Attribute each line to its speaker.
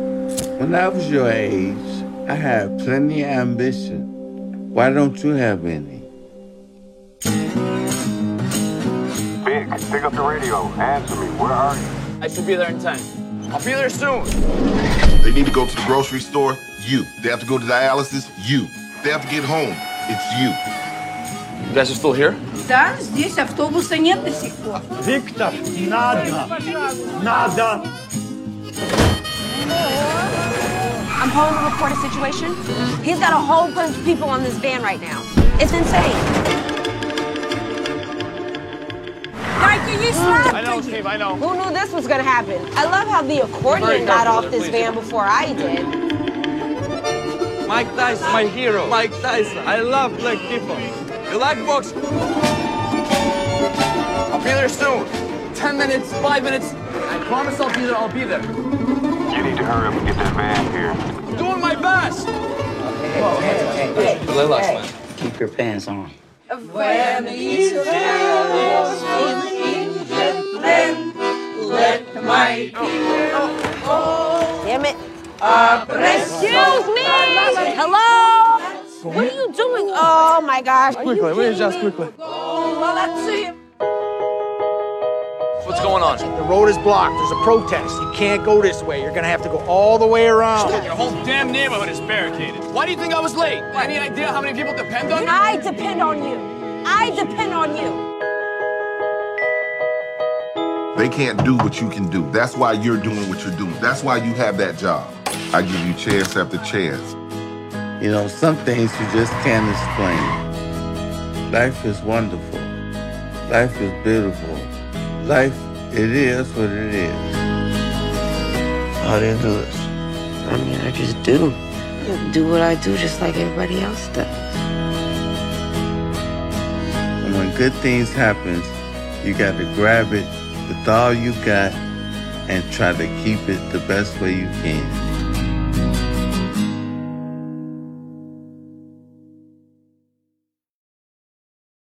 Speaker 1: When I was your age, I had plenty of ambition. Why don't you have any?
Speaker 2: Big, pick up the radio. Answer me. Where are you?
Speaker 3: I should be there in time. I'll be there soon.
Speaker 4: They need to go to the grocery store, you. They have to go to dialysis, you. They have to get home, it's you.
Speaker 3: You guys are still here?
Speaker 5: Да, здесь автобуса нет до сих пор.
Speaker 6: Виктор, надо! Надо!
Speaker 7: I'm home to report a situation. He's got a whole bunch of people on this van right now. It's insane.
Speaker 5: Дайте ей сладкое.
Speaker 3: I know, Steve, I know.
Speaker 7: Who knew this was gonna happen? I love how the
Speaker 3: Very
Speaker 7: accordion got
Speaker 3: careful
Speaker 7: off
Speaker 3: there,
Speaker 7: this
Speaker 3: please.
Speaker 7: van before I did.
Speaker 3: Mike Tyson, my hero. Mike Tyson. I love black people. You like books? I'll be there soon. Ten minutes, five minutes. I promise I'll be there. I'll be there. I'm
Speaker 2: You need to hurry up and get that van here.
Speaker 3: doing my best. Relax, man.
Speaker 8: Keep your pants on.
Speaker 7: Damn it. Excuse me! Hello? What are you doing? Oh my gosh. Are you kidding me?
Speaker 5: Молодцы.
Speaker 3: What's going on?
Speaker 6: The road is blocked. There's a protest. You can't go this way. You're gonna have to go all the way around.
Speaker 3: Your whole damn neighborhood is barricaded. Why do you think I was late? Any idea how many people depend on me?
Speaker 7: I depend on you. I depend on you.
Speaker 4: They can't do what you can do. That's why you're doing what you're doing. That's why you have that job. I give you chance after chance.
Speaker 1: You know, some things you just can't explain. Life is wonderful. Life is beautiful. Life, it is what it is.
Speaker 8: All they do is, I mean, I just do. Do what I do just like everybody else does.
Speaker 1: And when good things happen, you got to grab it with all you got and try to keep it the best way you can.